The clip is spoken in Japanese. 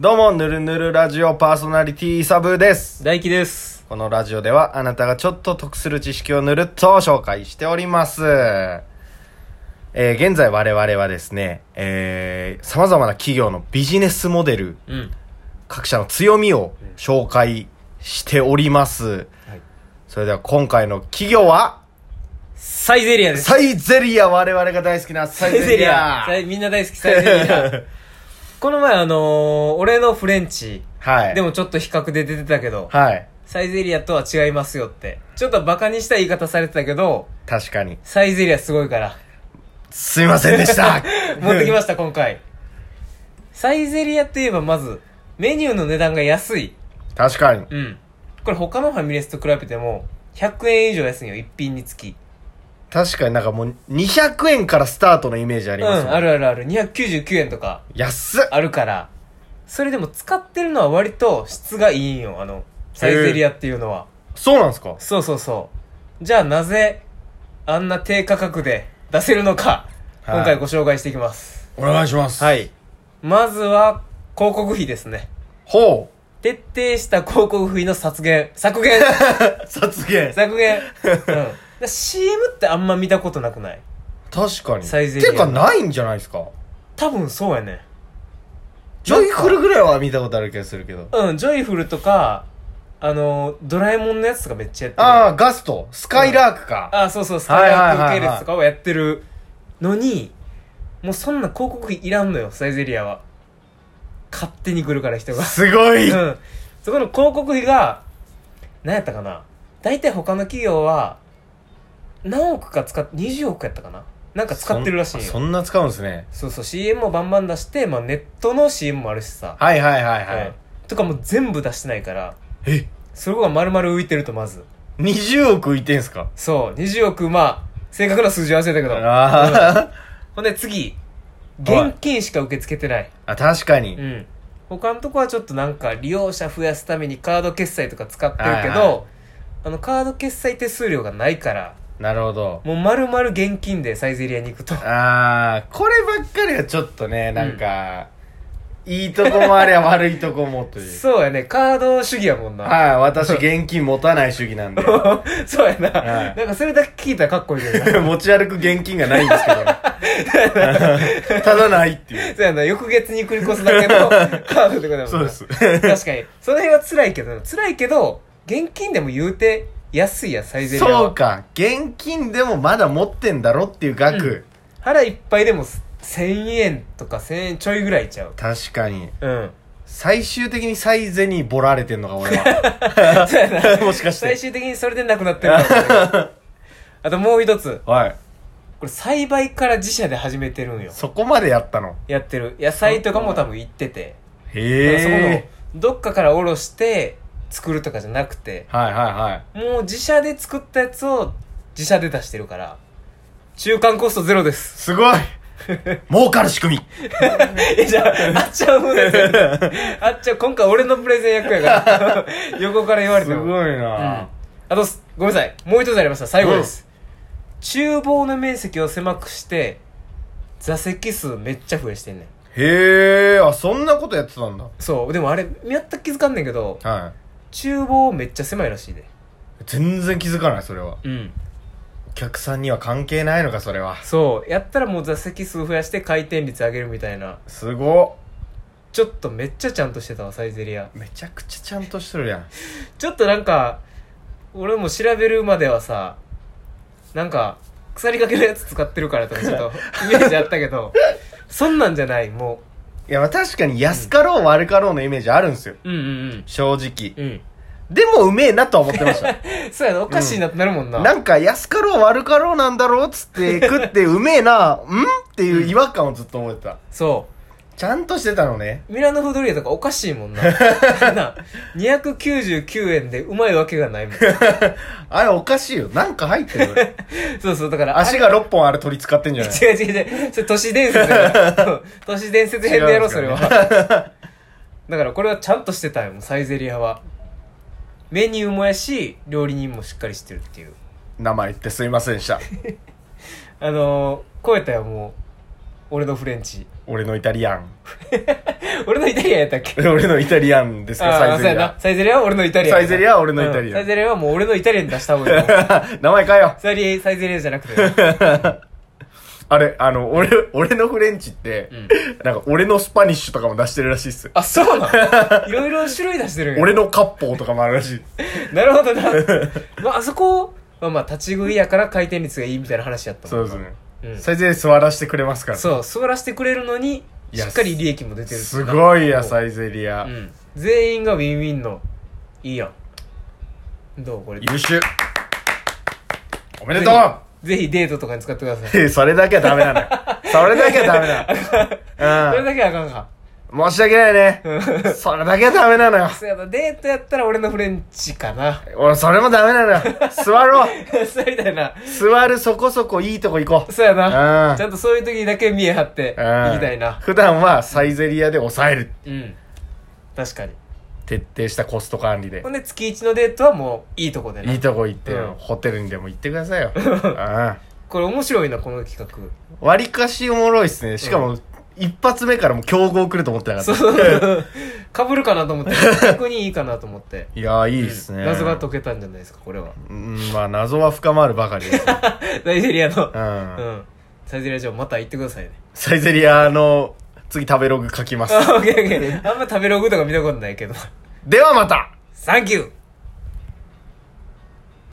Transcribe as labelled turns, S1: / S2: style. S1: どうも、ぬるぬるラジオパーソナリティサブです。
S2: 大輝です。
S1: このラジオでは、あなたがちょっと得する知識をぬるっと紹介しております。えー現在我々はですね、えー、様々な企業のビジネスモデル、
S2: うん。
S1: 各社の強みを紹介しております。
S2: はい
S1: それでは今回の企業は、
S2: サイゼリアです。
S1: サイゼリア我々が大好きなサイゼリア
S2: サイみんな大好きサイゼリア。この前あのー、俺のフレンチ、
S1: はい。
S2: でもちょっと比較で出てたけど、
S1: はい。
S2: サイゼリアとは違いますよって。ちょっとバカにした言い方されてたけど、
S1: 確かに。
S2: サイゼリアすごいから。
S1: すいませんでした
S2: 持ってきま
S1: し
S2: した、今回。サイゼリアといえばまず、メニューの値段が安い。
S1: た。確かに。
S2: うん。これ他のファミレスと比べても、100円以上安いよ、一品につき。
S1: 確かになんかもう200円からスタートのイメージあ
S2: う
S1: り
S2: ん、
S1: ますもん
S2: あるあるある。299円とか。
S1: 安っ
S2: あるから、それでも使ってるのは割と質がいいんよ、あの、サイゼリアっていうのは。
S1: そうなんですか
S2: そうそうそう。じゃあなぜ、あんな低価格で出せるのか、
S1: はい
S2: 今回ご紹介していきます。
S1: お願いします。
S2: は。い。まずは、広告費ですね。
S1: ほ
S2: 徹底した広告費の削減。削 減
S1: う。殺言。
S2: 削減。うん。だ CM ってあんま見たことなくない
S1: 確かに。
S2: サイゼリア
S1: てかないんじゃないですか
S2: 多分そうやね。
S1: ジョイフルぐらいは見たことある気がするけど。
S2: うん、ジョイフルとか、あの、ドラえもんのやつとかめっちゃやってる。
S1: ああ、ガスト。スカイラークか。
S2: あ、そうそう、スタイアッ
S1: はいは
S2: プ系
S1: いはいはい。
S2: 列とかをやってるのに、もうそんな広告費いらんのよ、サイゼリアは。勝手に来るから人が
S1: すご
S2: う
S1: い、
S2: ん。そこの広告費が、何やったかな大体他の企業は、何億か使って、20億やったかななんか使ってるらしいん
S1: そんそ
S2: よ。
S1: んな使うんですね。
S2: そうそう、CM もバンバン出して、まあネットの CM もあるしさ。
S1: はいはいはいはい。
S2: うんとかもう全部出してないから、
S1: え
S2: そこが丸々浮いてるとまず。
S1: 20億いってんすか
S2: そう、20億、まあ、正確な数字は忘れたけど。
S1: あ
S2: ほんで次、
S1: はい
S2: 現金しか受け付けてない。
S1: あ、確かに。
S2: うん。他のとこはちょっとなんか利用者増やすためにカード決済とか使ってるけど、
S1: はいは
S2: あのカード決済手数料がないから、
S1: なるほど。
S2: もう丸々現金でサイゼリアに行くと。
S1: ああ、こればっかりはちょっとね、なんか、いいとこもありゃ悪いとこもという。
S2: そうやね、カード主義やもんな。
S1: はい、私現金持たない主義なんで。
S2: そうやな、
S1: はい
S2: なんかそれだけ聞いたらかっこいいけ どな。
S1: 持ち歩く現金がないんですけど。 ただないっていう。
S2: そうやな、翌月に繰り越すだ けのカードとかだもんな。
S1: そうです。
S2: 確かに。その辺は辛いけど、辛いけど、現金でも言うて安いやん、サイゼリアは。
S1: そうか。現金でもまだ持ってんだろっていう額。
S2: うん腹いっぱいでも1000円とか1000円ちょいぐらいちゃう。
S1: 確かに。
S2: うん。
S1: 最終的にサイゼにボラれてんのか、俺 は。 もしかし
S2: 最
S1: て。
S2: 終的にそれでなくなってるかもしれ ないあともう一つ。
S1: はい。
S2: これ栽培から自社で始めてるんよ。
S1: そこまでやったの。
S2: やってる。野菜とかも多分行ってて。だからそこ
S1: へえ。
S2: の、どっかからおろして作るとかじゃなくて、
S1: はいはいはい。
S2: もう自社で作ったやつを自社で出してるから、中間コストゼロです。
S1: すごい儲かる仕組み
S2: え、じゃ あ、あっちゃんもですよ。あっちゃん、今回俺のプレゼン役や から、横から言われて
S1: す
S2: も。
S1: ごい
S2: うん
S1: な
S2: あと、すごめんなさい。もう一つありました。最後です。厨房の面積を狭くして、座席数めっちゃ増やしてんねん。
S1: へえ、あ、そんなことやってたんだ。
S2: そう。でもあれ、やった気づかんねんけど、
S1: は
S2: 厨房めっちゃ狭いらしいで。
S1: い。全然気づかない、それは。
S2: うん。
S1: お客さんには関係ないのか、それは。
S2: そう。やったらもう座席数増やして回転率上げるみたいな。
S1: すご
S2: ちょっとめっちゃちゃんとしてたわ、サイゼリア
S1: っ。めちゃくちゃちゃんとしてるやん。
S2: ちょっとなんか、俺も調べるまではさ、なんか、腐りかけのやつ使ってるからとかちょっとイメージあったけ ど、そんなんじゃない、も
S1: いや、まあ確かに安かろう悪かろうのイメージあるんですよ。
S2: う。うんうん
S1: 正直。
S2: うん。うん。
S1: でもうめ えなとは思ってました。
S2: そうやな、おかしいなってなるもんな。
S1: なんか安かろう悪かろうなんだろうっつって食ってうめえな、んっていう違和感をずっと覚えてた。
S2: そ
S1: ちゃんとしてたのね。
S2: う。ミラノフードリアとかおかしいも んな。な、299円でうまいわけがないもん。
S1: あれおかしいよ。なんか入ってる。
S2: そうそう、だから、あれ
S1: 足が6本あれ鳥使ってんじゃない
S2: 違う違う違う。それ都市伝説や ろ都市伝説編でやろう、それは。だからこれはちゃんとしてたよ、もうサイゼリアは。メニューもやし、料理人もしっかりしてるっていう。
S1: 名前言ってすいませんでした。
S2: あのー、超えたよ、もう。俺のフレンチ。
S1: 俺のイタリアン
S2: 俺のイタリアンやったっけ
S1: 俺のイタリアンですか
S2: あ
S1: サ
S2: あ
S1: イ
S2: そう
S1: ゼ
S2: や
S1: リ
S2: な
S1: ア
S2: サイゼリアは俺のイタリアン
S1: サイゼリアは俺のイタ
S2: うん
S1: リア
S2: サイ
S1: ン
S2: ゼリアはもう俺のイタリアンに出した方がいいと思う
S1: 名前変えよう
S2: サイゼリアサイゼリアじゃなくて
S1: あれあの俺俺のフレンチって、
S2: うん
S1: なんか俺のスパニッシュとかも出してるらしいっす
S2: あそうなのいろいろ種類出してるんや
S1: 俺の割烹とかもあるらしい
S2: なるほどなまああそこまあまあ立ち食いやから回転率がいいみたいな話やった
S1: そ
S2: も
S1: うんです
S2: な
S1: ね、
S2: うん
S1: サイゼリア座らせてくれますから
S2: そう座らせてくれるのに
S1: い
S2: し
S1: や
S2: っかり利益も出てる
S1: すごいや
S2: さ
S1: サイゼリア、
S2: うん、全員がウィンウィンのいいやんどうこれ
S1: 優秀おめでとう
S2: ぜひぜひデートとかに使ってください
S1: それだけはダメ なのよ。それだけはダ
S2: そ
S1: メ
S2: れ
S1: なの。
S2: だけはあかんか
S1: うん。申し訳ないね。それだけはダメなのよ。
S2: そうやなデートやったら俺のフレンチかな
S1: 俺、それもダメなのよ。座ろう。
S2: そうみたいな
S1: 座るそこそこいいとこ行こう。
S2: そうや
S1: う
S2: なんちゃんとそういう時にだけ見え張って
S1: うん
S2: 行きたいな
S1: 普段はサイゼリアで抑える。
S2: うん確かに
S1: 徹底したコスト管理で
S2: ほ。んで月一のデートはもういいとこでない
S1: いとこ行って、
S2: うん
S1: ホテルにでも行ってくださいよ。うん
S2: これ面白いなこの企 画
S1: 割かしおもろいっすね。しかも、一発目からもう強豪来ると思ってなか
S2: そ
S1: っ
S2: う。かぶるかなと思って、逆にいいかなと思って。
S1: た。いやー、いいっすね。
S2: 謎が解けたんじゃないですか、これは。
S1: うん、まあ、謎は深まるばかりです。
S2: サイゼリアの
S1: う。ん
S2: う。ん。サイゼリア城また行ってくださいね。
S1: サイゼリアの次食べログ書きます。
S2: あ、オッケーオッケー。あんま食べログとか見たことないけど。
S1: ではまた
S2: サンキュー